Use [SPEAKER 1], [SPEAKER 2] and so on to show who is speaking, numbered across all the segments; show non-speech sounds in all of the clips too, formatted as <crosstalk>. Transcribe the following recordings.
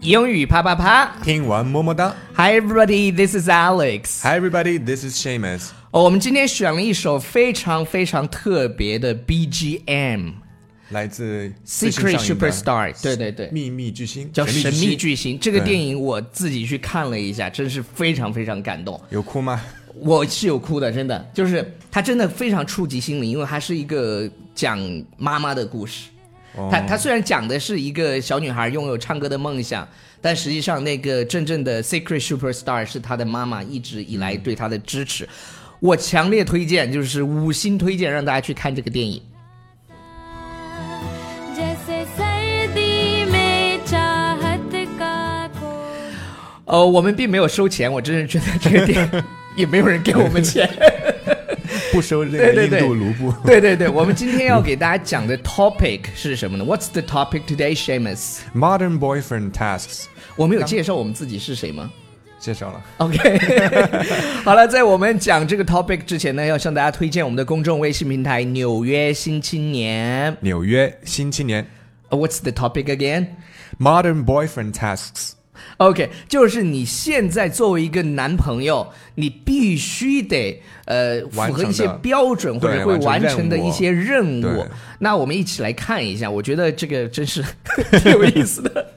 [SPEAKER 1] 英语啪啪啪
[SPEAKER 2] 听完么么哒。
[SPEAKER 1] ！Hi everybody, this is Alex。
[SPEAKER 2] Hi everybody, this is Seamus。
[SPEAKER 1] 哦，我们今天选了一首非常非常特别的 BGM，
[SPEAKER 2] 来自四星上映
[SPEAKER 1] Secret
[SPEAKER 2] 的
[SPEAKER 1] Superstar，对对对，
[SPEAKER 2] 秘密巨星，
[SPEAKER 1] 叫《神秘
[SPEAKER 2] 星，
[SPEAKER 1] 巨星》。这个
[SPEAKER 2] 对
[SPEAKER 1] 电影我自己去看了一下，真是非常非常感动。
[SPEAKER 2] 有哭
[SPEAKER 1] <laughs>
[SPEAKER 2] 吗？
[SPEAKER 1] 我是有哭的，真的，就是它真的非常触及心灵，因为它是一个讲妈妈的故事。
[SPEAKER 2] 哦
[SPEAKER 1] 它它虽然讲的是一个小女孩拥有唱歌的梦想，但实际上那个真正的 secret superstar 是她的妈妈一直以来对她的支持。我强烈推荐，就是五星推荐，让大家去看这个电影。
[SPEAKER 3] जैसे सर्दी में चाहत का खो
[SPEAKER 1] 呃，我们并没有收钱，我真是觉得这个电影 <laughs> 也没有人给我们
[SPEAKER 2] <laughs>
[SPEAKER 1] 钱。
[SPEAKER 2] 不收这
[SPEAKER 1] 对
[SPEAKER 2] 个
[SPEAKER 1] 对
[SPEAKER 2] 印
[SPEAKER 1] 对
[SPEAKER 2] 度卢布。
[SPEAKER 1] 对对对，我们今天要给大家讲的 topic 是什么呢？What's the topic today, Shamus？
[SPEAKER 2] Modern boyfriend tasks
[SPEAKER 1] 我们有介绍我们自己是谁吗？
[SPEAKER 2] 介绍了，
[SPEAKER 1] OK，好了，在我们讲这个 topic 之前呢，要向大家推荐我们的公众微信平台《纽约新青年》。
[SPEAKER 2] 纽约新青年
[SPEAKER 1] Uh, What's the topic again？
[SPEAKER 2] Modern boyfriend tasks。
[SPEAKER 1] OK，就是你现在作为一个男朋友，你必须得呃
[SPEAKER 2] 完
[SPEAKER 1] 符
[SPEAKER 2] 成
[SPEAKER 1] 合
[SPEAKER 2] 的
[SPEAKER 1] 一些标准或者
[SPEAKER 2] 对
[SPEAKER 1] 会完
[SPEAKER 2] 完成
[SPEAKER 1] 成的
[SPEAKER 2] 任务
[SPEAKER 1] 一些任务
[SPEAKER 2] 对。
[SPEAKER 1] 那我们一起来看一下，我觉得这个真是 <laughs> 挺有意思
[SPEAKER 2] <laughs>
[SPEAKER 1] 的。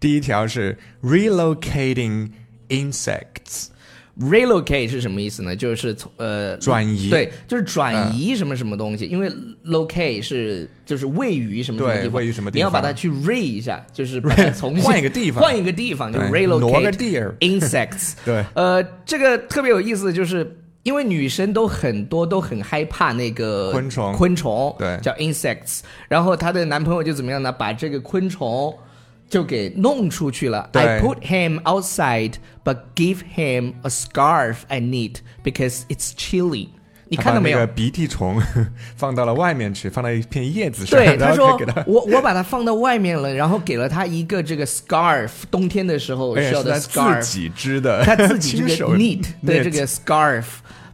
[SPEAKER 2] 第一条是 relocating insects，
[SPEAKER 1] Relocate 是什么意思呢？就是从呃
[SPEAKER 2] 转移嗯
[SPEAKER 1] 对，就是转移什么什么东西，因为 locate 是就是位于什么什么
[SPEAKER 2] 对
[SPEAKER 1] 地方，
[SPEAKER 2] 位于什么地
[SPEAKER 1] 你要把它
[SPEAKER 2] 方
[SPEAKER 1] 去 re 一下，就是把它重新
[SPEAKER 2] 换一个地方
[SPEAKER 1] 换一个地方，就
[SPEAKER 2] 对挪个
[SPEAKER 1] relocate
[SPEAKER 2] 地儿
[SPEAKER 1] insects。
[SPEAKER 2] <laughs> 对
[SPEAKER 1] 呃，这个特别有意思，就是。因为女生都很多都很害怕那个
[SPEAKER 2] 昆虫
[SPEAKER 1] 昆虫
[SPEAKER 2] 对
[SPEAKER 1] 叫 insects，然后她的男朋友就怎么样呢？把这个昆虫就给弄出去了。
[SPEAKER 2] 对
[SPEAKER 1] I put him outside, but give him a scarf I need because it's chilly。你看到没
[SPEAKER 2] 他把
[SPEAKER 1] 有
[SPEAKER 2] 那个？鼻涕虫 <laughs> 放到了外面去，放到一片叶子上， <laughs>
[SPEAKER 1] 对，
[SPEAKER 2] 然
[SPEAKER 1] 他
[SPEAKER 2] 后
[SPEAKER 1] 说
[SPEAKER 2] 可以给它。
[SPEAKER 1] 我我把它放到外面了，然后给了他一个这个 scarf，冬天的时候
[SPEAKER 2] 而且
[SPEAKER 1] 需要
[SPEAKER 2] 哎是他
[SPEAKER 1] 的 scarf。
[SPEAKER 2] 自 <laughs> 己织的，
[SPEAKER 1] 他自己
[SPEAKER 2] 亲
[SPEAKER 1] 这
[SPEAKER 2] 手
[SPEAKER 1] 个 <laughs>
[SPEAKER 2] <laughs>
[SPEAKER 1] knit 的这
[SPEAKER 2] knit
[SPEAKER 1] 个 scarf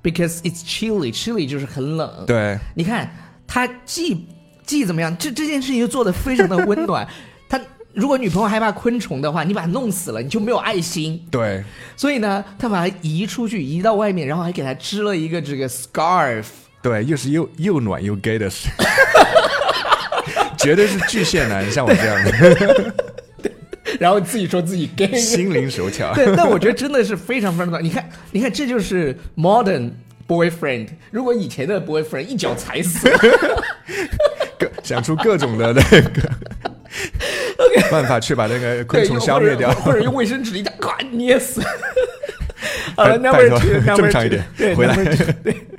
[SPEAKER 1] because it's chilly chilly 就是很冷。，
[SPEAKER 2] 对，
[SPEAKER 1] 你看他既既怎么样，这这件事情就做的非常的温暖。 <laughs> 他如果女朋友害怕昆虫的话，你把它弄死了，你就没有爱心。
[SPEAKER 2] 对，
[SPEAKER 1] 所以呢，他把它移出去，移到外面，然后还给它织了一个这个 scarf。
[SPEAKER 2] 对，又是又又暖又 gay 的事， <laughs> 绝对是巨蟹男，像我这样的
[SPEAKER 1] 然后自己说自己 gay，
[SPEAKER 2] 心灵手巧。
[SPEAKER 1] 对，但我觉得真的是非常非常暖。你看，你看，这就是 modern boyfriend。如果以前的 boyfriend 一脚踩
[SPEAKER 2] <laughs>
[SPEAKER 1] 死，
[SPEAKER 2] 各想出各种的那个办法去把那个昆
[SPEAKER 1] 对，
[SPEAKER 2] 虫
[SPEAKER 1] 用
[SPEAKER 2] 消灭掉
[SPEAKER 1] 或。者或者用卫生纸一打，咔捏
[SPEAKER 2] <laughs>
[SPEAKER 1] 死。 <laughs> 好
[SPEAKER 2] 拜
[SPEAKER 1] 了
[SPEAKER 2] 拜
[SPEAKER 1] ，number
[SPEAKER 2] 托
[SPEAKER 1] two，number，two，
[SPEAKER 2] <laughs> 正常一点
[SPEAKER 1] 对，
[SPEAKER 2] 回来
[SPEAKER 1] number two。
[SPEAKER 2] <laughs>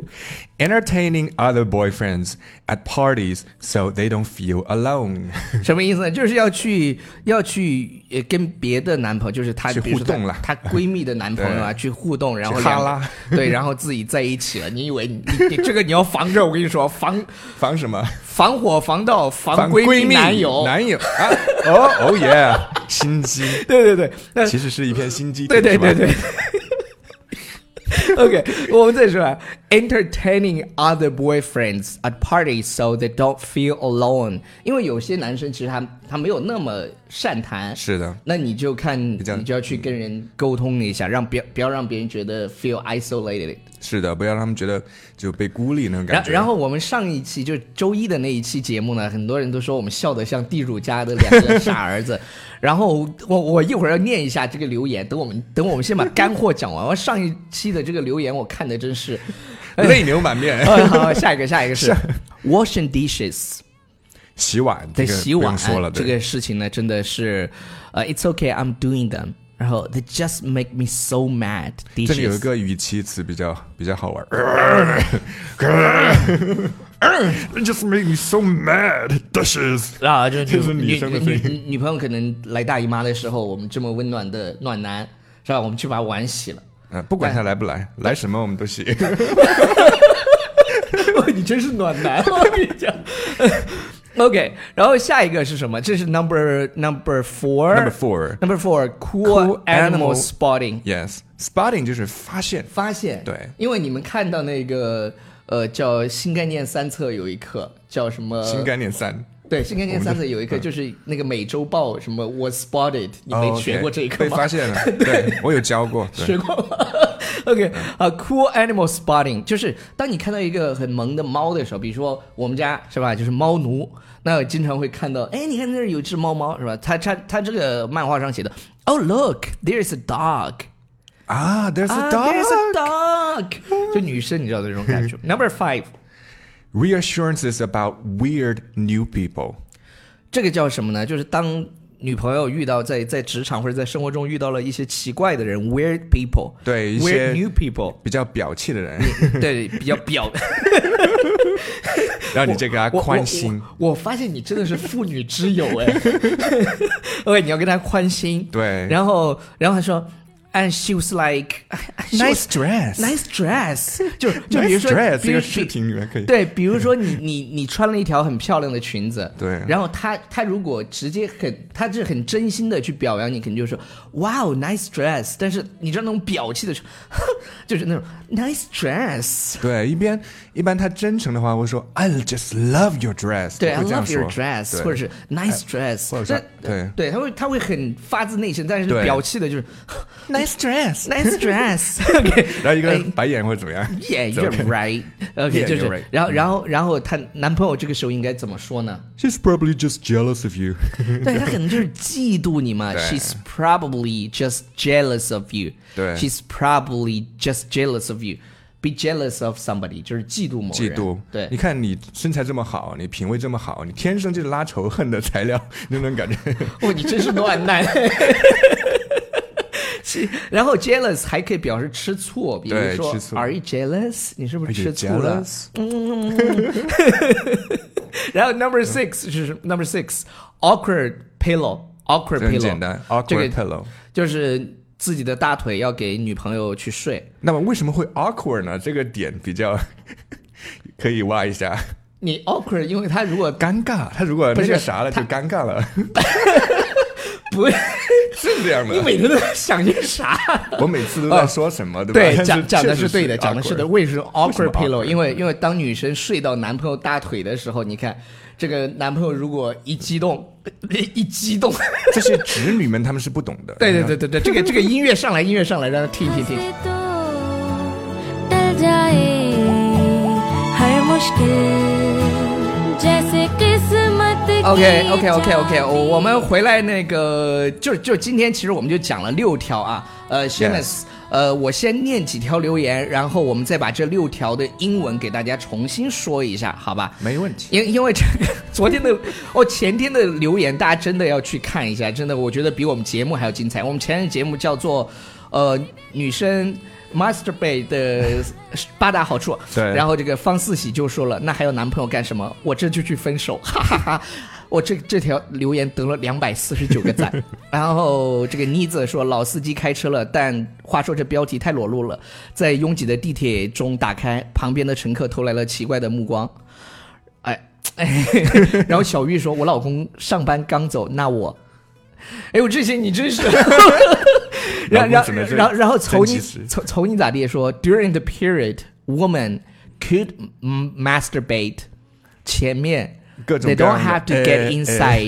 [SPEAKER 2] Entertaining other boyfriends at parties so they don't feel alone， <laughs>
[SPEAKER 1] 什么意思呢？就是要去要去呃跟别的男朋友，就是她
[SPEAKER 2] 去
[SPEAKER 1] 比如说她
[SPEAKER 2] 互动了
[SPEAKER 1] 她闺蜜的男朋
[SPEAKER 2] <laughs>
[SPEAKER 1] 友啊，去互动，然后
[SPEAKER 2] 哈
[SPEAKER 1] 两个
[SPEAKER 2] 拉
[SPEAKER 1] <laughs> 对，然后自己在一起了。你以为你你这个你要防着，我跟你说，防
[SPEAKER 2] 防什么？
[SPEAKER 1] 防火、防盗、防
[SPEAKER 2] 防
[SPEAKER 1] 闺
[SPEAKER 2] 蜜
[SPEAKER 1] 男友。
[SPEAKER 2] 男友啊！哦哦耶，心
[SPEAKER 1] <laughs>
[SPEAKER 2] 机，
[SPEAKER 1] 对对对，那
[SPEAKER 2] 其实是一片心机。
[SPEAKER 1] 对对
[SPEAKER 2] 是吧
[SPEAKER 1] 对对。OK，我们再说啊，entertaining other boyfriends at parties so they don't feel alone。因为有些男生其实他他没有那么善谈，
[SPEAKER 2] 是的，
[SPEAKER 1] 那你就看你
[SPEAKER 2] 较
[SPEAKER 1] 就要去跟人沟通一下，让别不要让别人觉得 feel isolated。
[SPEAKER 2] 是的，不要让他们觉得就被孤立那种
[SPEAKER 1] 然
[SPEAKER 2] 感觉。
[SPEAKER 1] 然后我们上一期就周一的那一期节目呢，很多人都说我们笑得像地主家的两个傻儿子。然后我我一会儿要念一下这个留言，等我们等我们先把干货讲完。我上一期的这个留言我看的真是，
[SPEAKER 2] 泪流满面。
[SPEAKER 1] <laughs> 呃、好，下一个下一个是 washing dishes。
[SPEAKER 2] 洗碗，
[SPEAKER 1] 在
[SPEAKER 2] 这个
[SPEAKER 1] 洗
[SPEAKER 2] 不
[SPEAKER 1] 碗
[SPEAKER 2] 用说了，
[SPEAKER 1] 这
[SPEAKER 2] 对
[SPEAKER 1] 个事情呢，真的是，呃、i t s okay, I'm doing them。然后 they just make me so mad。
[SPEAKER 2] 这里有一个语气词比较比较好玩。It just make me so mad. Dishes，
[SPEAKER 1] 啊，就
[SPEAKER 2] 这
[SPEAKER 1] 就是
[SPEAKER 2] 女生的声音
[SPEAKER 1] 女女朋友可能来大姨妈的时候，我们这么温暖的暖男是吧？我们去把碗洗了。
[SPEAKER 2] 呃，不管他来不来，来什么我们都洗。
[SPEAKER 1] <laughs> 你真是暖男， <laughs> 我跟你讲。OK，然后下一个是什么？这是 number number four
[SPEAKER 2] Number four,
[SPEAKER 1] number four cool
[SPEAKER 2] Cool
[SPEAKER 1] animal
[SPEAKER 2] animal
[SPEAKER 1] spotting
[SPEAKER 2] yes, spotting 就是发现，
[SPEAKER 1] 发现。
[SPEAKER 2] 对
[SPEAKER 1] 因为你们看到那个呃叫新概念三册有一课叫什么？
[SPEAKER 2] 新概念三嗯
[SPEAKER 1] 对，性格年三十有一个就是那个美洲豹什么 was spotted，你没学过这一课
[SPEAKER 2] 哦被
[SPEAKER 1] 吗？
[SPEAKER 2] 发现了，对我有教过，
[SPEAKER 1] <laughs>
[SPEAKER 2] 对
[SPEAKER 1] 学过吗 <laughs>
[SPEAKER 2] 嗯
[SPEAKER 1] ？OK 啊、c o o l animal spotting 就是当你看到一个很萌的猫的时候，比如说我们家是吧，就是猫奴，那经常会看到，哎，你看那儿有只猫猫是吧？它它它这个漫画上写的，Oh look, there's a dog。
[SPEAKER 2] 啊，There's
[SPEAKER 1] Ah,
[SPEAKER 2] a
[SPEAKER 1] there's
[SPEAKER 2] dog。
[SPEAKER 1] a dog，就嗯女生你知道的那种感觉。Number five，
[SPEAKER 2] Reassurances about weird new people。
[SPEAKER 1] 这个叫什么呢？就是当女朋友遇到在在职场或者在生活中遇到了一些奇怪的人，weird people，
[SPEAKER 2] 对一些
[SPEAKER 1] ，weird new
[SPEAKER 2] <laughs>
[SPEAKER 1] people，
[SPEAKER 2] 比较表气的人，
[SPEAKER 1] 对，比较表。
[SPEAKER 2] 让你这个他啊
[SPEAKER 1] 我
[SPEAKER 2] <laughs> 宽心。
[SPEAKER 1] 我我。我发现你真的是妇女之友哎。OK，你要跟她宽心。
[SPEAKER 2] 对
[SPEAKER 1] 然后，然后他说，and she was like <laughs> she was-
[SPEAKER 2] dress
[SPEAKER 1] nice
[SPEAKER 2] <laughs>
[SPEAKER 1] dress，就是就
[SPEAKER 2] Nice
[SPEAKER 1] 比如说，
[SPEAKER 2] dress，
[SPEAKER 1] 比
[SPEAKER 2] 这
[SPEAKER 1] 如
[SPEAKER 2] 个视频里面可以
[SPEAKER 1] 对，比如说你 <laughs> 你你穿了一条很漂亮的裙子，
[SPEAKER 2] 对
[SPEAKER 1] 然后他他如果直接很，他是很真心的去表扬你，肯定就说哇哦 nice dress，但是你知道那种表气的时候， <laughs> 就是那种 nice dress，
[SPEAKER 2] 对，一边一般他真诚的话会说 I just love your dress，
[SPEAKER 1] 对，I
[SPEAKER 2] 他会这样
[SPEAKER 1] love
[SPEAKER 2] 说
[SPEAKER 1] your dress，
[SPEAKER 2] 对哎
[SPEAKER 1] 或者是 nice dress，
[SPEAKER 2] 或者是
[SPEAKER 1] 那
[SPEAKER 2] 对
[SPEAKER 1] 对，他会他会很发自内心，但是
[SPEAKER 2] 对
[SPEAKER 1] 表气的就是 <laughs>
[SPEAKER 2] nice dress， <laughs>
[SPEAKER 1] nice dress，OK，
[SPEAKER 2] 然后一个
[SPEAKER 1] 哎
[SPEAKER 2] 人白眼会怎么样
[SPEAKER 1] Yeah, you're
[SPEAKER 2] It's okay.
[SPEAKER 1] right. OK，
[SPEAKER 2] Yeah,
[SPEAKER 1] 呃就是嗯
[SPEAKER 2] you're right.，
[SPEAKER 1] 然后，然后，然后，她男朋友这个时候应该怎么说呢？
[SPEAKER 2] ？She's probably just jealous of you 。
[SPEAKER 1] <laughs> 对他可能就是嫉妒你嘛。
[SPEAKER 2] 对
[SPEAKER 1] She's probably just jealous of you.
[SPEAKER 2] 对
[SPEAKER 1] She's probably just jealous of you. Be jealous of somebody 就是嫉妒某
[SPEAKER 2] 嫉
[SPEAKER 1] 人。
[SPEAKER 2] 妒，
[SPEAKER 1] 对
[SPEAKER 2] 你，看你身材这么好，你品味这么好，你天生就是拉仇恨的材料， <laughs> 那
[SPEAKER 1] <laughs>
[SPEAKER 2] 种感觉。 <laughs>
[SPEAKER 1] 哦，你真是暖男。 <laughs> 是然后 jealous 还可以表示吃醋，比如
[SPEAKER 2] 对
[SPEAKER 1] 说
[SPEAKER 2] 吃醋
[SPEAKER 1] Are you jealous？你是不是
[SPEAKER 2] Are you
[SPEAKER 1] 吃醋了
[SPEAKER 2] jealous？？
[SPEAKER 1] 嗯。 <laughs> 然后 number six 就是 number six，awkward pillow，awkward
[SPEAKER 2] 这很
[SPEAKER 1] pillow，
[SPEAKER 2] 简单
[SPEAKER 1] 这
[SPEAKER 2] ，awkward
[SPEAKER 1] 个
[SPEAKER 2] pillow。
[SPEAKER 1] 就是自己的大腿要给女朋友去睡。
[SPEAKER 2] 那么为什么会 awkward 呢？这个点比较 <laughs> 可以挖一下。
[SPEAKER 1] 你 awkward，因为他如果
[SPEAKER 2] 尴尬，他如果
[SPEAKER 1] 不
[SPEAKER 2] 那
[SPEAKER 1] 是
[SPEAKER 2] 个啥了，
[SPEAKER 1] 他
[SPEAKER 2] 就尴尬
[SPEAKER 1] <laughs>
[SPEAKER 2] 了， <laughs>
[SPEAKER 1] 不，
[SPEAKER 2] 是这样
[SPEAKER 1] 你
[SPEAKER 2] 的。
[SPEAKER 1] 每天都在想些啥？
[SPEAKER 2] <laughs> 我每次都在说什么，对
[SPEAKER 1] 对 <laughs>
[SPEAKER 2] 吧？，
[SPEAKER 1] 讲讲的
[SPEAKER 2] 是
[SPEAKER 1] 是对的，讲的是对。
[SPEAKER 2] 的。
[SPEAKER 1] 为什么
[SPEAKER 2] 什
[SPEAKER 1] awkward
[SPEAKER 2] 么
[SPEAKER 1] pillow？
[SPEAKER 2] awkward？
[SPEAKER 1] 因为因为当女生睡到男朋友大腿的时候，你看这个男朋友如果一激动，一激动，
[SPEAKER 2] 这些直女们她们是不懂的。
[SPEAKER 1] 对对对对对，这个这个音乐上来，音乐上来，让他听听听。
[SPEAKER 3] हंसे तो टल जाए हर मुश्किल जैसे किस्मत की
[SPEAKER 1] OK OK OK OK，
[SPEAKER 3] चाबी
[SPEAKER 1] 我我们回来那个，就就今天其实我们就讲了六条啊，呃 s h a m u s 呃，我先念几条留言，然后我们再把这六条的英文给大家重新说一下，好吧？
[SPEAKER 2] 没问题。
[SPEAKER 1] 因因为这 <laughs> 个昨天的哦前天的留言，大家真的要去看一下，真的我觉得比我们节目还要精彩。我们前天的节目叫做呃女生 masturbate 的八大好处，
[SPEAKER 2] 对
[SPEAKER 1] 然后这个方四喜就说了，那还有男朋友干什么？我这就去分手， <laughs> 哈哈哈。我这这条留言得了两百四十九个赞，然后这个妮子说老司机开车了，但话说这标题太裸露了，在拥挤的地铁中打开，旁边的乘客投来了奇怪的目光，哎，哎然后小玉说：“我老公上班刚走，那我……哎呦，这些你
[SPEAKER 2] <laughs>
[SPEAKER 1] 真是。然”
[SPEAKER 2] 老
[SPEAKER 1] 然
[SPEAKER 2] 公只能
[SPEAKER 1] 后
[SPEAKER 2] 是
[SPEAKER 1] 然后然后
[SPEAKER 2] 真
[SPEAKER 1] 瞅
[SPEAKER 2] 及
[SPEAKER 1] 你
[SPEAKER 2] 时
[SPEAKER 1] 瞅瞅你咋地说？During the period, woman could m- masturbate. 前面
[SPEAKER 2] 各种
[SPEAKER 1] they
[SPEAKER 2] 各
[SPEAKER 1] don't
[SPEAKER 2] 样的
[SPEAKER 1] have to
[SPEAKER 2] 哎
[SPEAKER 1] get
[SPEAKER 2] 哎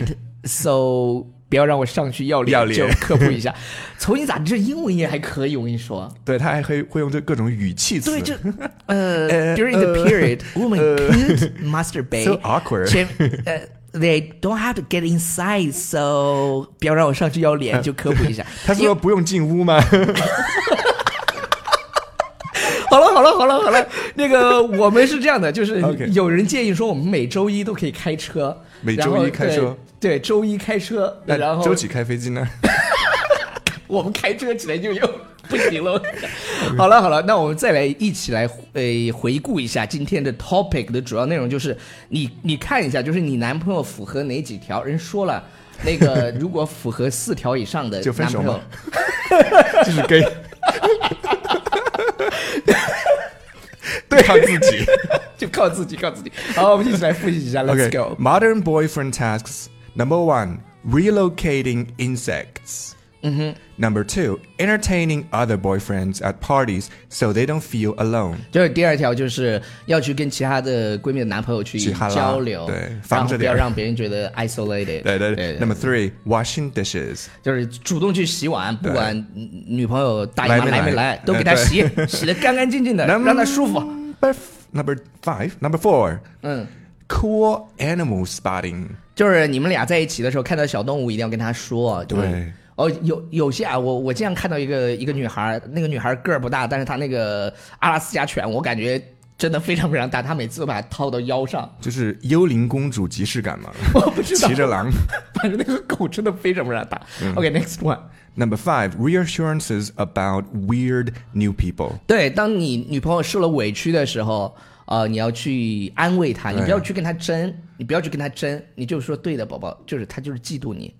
[SPEAKER 1] inside, <laughs> so 不要让我上去要
[SPEAKER 2] 要
[SPEAKER 1] 脸，
[SPEAKER 2] 脸
[SPEAKER 1] 就科普一下。瞅你咋地，这英文也还可以，我跟你说。
[SPEAKER 2] 对他还会会用这各种语气词。
[SPEAKER 1] 对，就呃
[SPEAKER 2] <laughs> 呃
[SPEAKER 1] ，during the
[SPEAKER 2] 呃 <laughs>
[SPEAKER 1] period, women
[SPEAKER 2] 呃
[SPEAKER 1] could masturbate.
[SPEAKER 2] So awkward.
[SPEAKER 1] 前呃，they don't have to get inside,
[SPEAKER 2] <laughs>
[SPEAKER 1] so 不要让我上去要脸，就科普一下。 <laughs>
[SPEAKER 2] 他
[SPEAKER 1] 因
[SPEAKER 2] 说
[SPEAKER 1] 为
[SPEAKER 2] 不用进屋吗？
[SPEAKER 1] 好了，好了，好了，好了。那个我们是这样的，就是
[SPEAKER 2] <laughs> OK
[SPEAKER 1] 有人建议说我们每周一都可以开车，
[SPEAKER 2] 每
[SPEAKER 1] 然后
[SPEAKER 2] 周一开车
[SPEAKER 1] 对，对，周一开车，
[SPEAKER 2] <laughs> 那
[SPEAKER 1] 然后
[SPEAKER 2] 周几开
[SPEAKER 1] <laughs>
[SPEAKER 2] 飞机呢？
[SPEAKER 1] 我们开车起来就又 <laughs> 不行了。好了好了，那我们再来一起来呃回顾一下今天的 topic 的主要内容，就是你你看一下，就是你男朋友符合哪几条？人说了，那个如果符合四条以上的
[SPEAKER 2] <laughs> 就分
[SPEAKER 1] 男
[SPEAKER 2] 手
[SPEAKER 1] 朋友 <laughs>
[SPEAKER 2] 吗，就是 gay。对抗自己。
[SPEAKER 1] 就靠自己靠自己。好，我们一起来复习一下
[SPEAKER 2] Okay.
[SPEAKER 1] ，Let's go。
[SPEAKER 2] Modern boyfriend tasks. Number one, relocating insects.
[SPEAKER 1] Mm-hmm.
[SPEAKER 2] Number two, entertaining other boyfriends at parties so they don't feel alone.
[SPEAKER 1] 就是第二条就是要去跟其他的闺蜜的男朋友去
[SPEAKER 2] 去哈拉
[SPEAKER 1] 交流，
[SPEAKER 2] 对
[SPEAKER 1] 然
[SPEAKER 2] 防
[SPEAKER 1] 后
[SPEAKER 2] 着
[SPEAKER 1] 不
[SPEAKER 2] 点
[SPEAKER 1] 要
[SPEAKER 2] 儿
[SPEAKER 1] 让别人觉得 isolated，
[SPEAKER 2] 对对
[SPEAKER 1] 对，
[SPEAKER 2] Number three, washing dishes.
[SPEAKER 1] 就是主动去洗碗，不管嗯女朋友大姨
[SPEAKER 2] 来
[SPEAKER 1] 妈
[SPEAKER 2] 没
[SPEAKER 1] 来没
[SPEAKER 2] 来
[SPEAKER 1] 来，都
[SPEAKER 2] 哎
[SPEAKER 1] 给她
[SPEAKER 2] 对
[SPEAKER 1] 洗， <laughs> 洗的干干净净的，
[SPEAKER 2] Number-
[SPEAKER 1] 让她舒服。
[SPEAKER 2] Number f- number five, number four,
[SPEAKER 1] 嗯，
[SPEAKER 2] cool animal spotting.
[SPEAKER 1] 就是你们俩在一起的时候，看到小动物一定要跟她说。就是
[SPEAKER 2] 对。
[SPEAKER 1] 哦，有有些啊，我我经常看到一个一个女孩儿，那个女孩儿个儿不大，但是她那个阿拉斯加犬，我感觉真的非常非常大，她每次都把它套到腰上。 <laughs>
[SPEAKER 2] 就是幽灵公主即视感嘛，
[SPEAKER 1] 我不知道
[SPEAKER 2] 骑，着狼。
[SPEAKER 1] 反正那个狗真的非常非常大。OK，next、one。
[SPEAKER 2] 嗯 Number five, reassurances about weird new people.
[SPEAKER 1] 对，当你女朋友受了委屈的时候，呃，你要去安慰她，你不要去跟她争，你不要去跟她争，你就说对的，宝宝，就是她就是嫉妒你，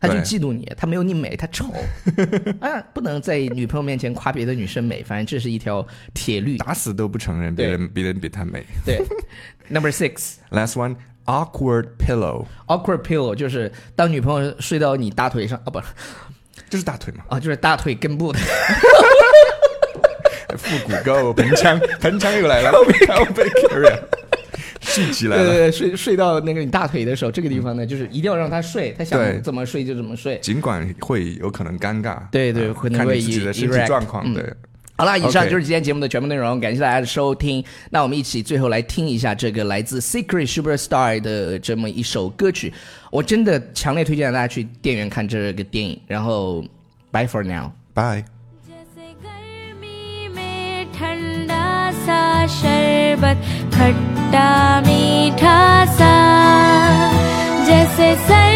[SPEAKER 1] 她就
[SPEAKER 2] 对
[SPEAKER 1] 嫉妒你，她没有你美，她
[SPEAKER 2] <laughs>
[SPEAKER 1] 丑，啊，不能在女朋友面前夸别的女生美，反正这是一条铁律。
[SPEAKER 2] 打死都不承认别人别人比她美。
[SPEAKER 1] 对，Number six。
[SPEAKER 2] Last one, awkward pillow，
[SPEAKER 1] Awkward pillow 就是当女朋友睡到你大腿上啊，不
[SPEAKER 2] 就是大腿嘛，
[SPEAKER 1] 啊，就是大腿根部的
[SPEAKER 2] 腹股
[SPEAKER 1] <laughs>
[SPEAKER 2] 沟、盆腔，盆腔又来了，靠背 carry，续集来
[SPEAKER 1] 对对
[SPEAKER 2] 了。
[SPEAKER 1] 对，睡睡到那个你大腿的时候，这个地方呢，就是一定要让他睡，他
[SPEAKER 2] 对
[SPEAKER 1] 想怎么睡就怎么睡。
[SPEAKER 2] 尽管会有可能尴尬，
[SPEAKER 1] 对对
[SPEAKER 2] 啊
[SPEAKER 1] 可能
[SPEAKER 2] 看
[SPEAKER 1] 会
[SPEAKER 2] 你自己的
[SPEAKER 1] e-
[SPEAKER 2] 身体
[SPEAKER 1] erect，
[SPEAKER 2] 状况，对。
[SPEAKER 1] 好啦，以上
[SPEAKER 2] OK
[SPEAKER 1] 就是今天节目的全部内容，感谢大家的收听。那我们一起最后来听一下这个来自 Secret Superstar 的这么一首歌曲，我真的强烈推荐大家去电影院看这个电影。然后，Bye for now。
[SPEAKER 2] Bye。
[SPEAKER 3] जैसे गर्मी में ठंडा सा शरबत खट्टा मीठा सा जैसे सर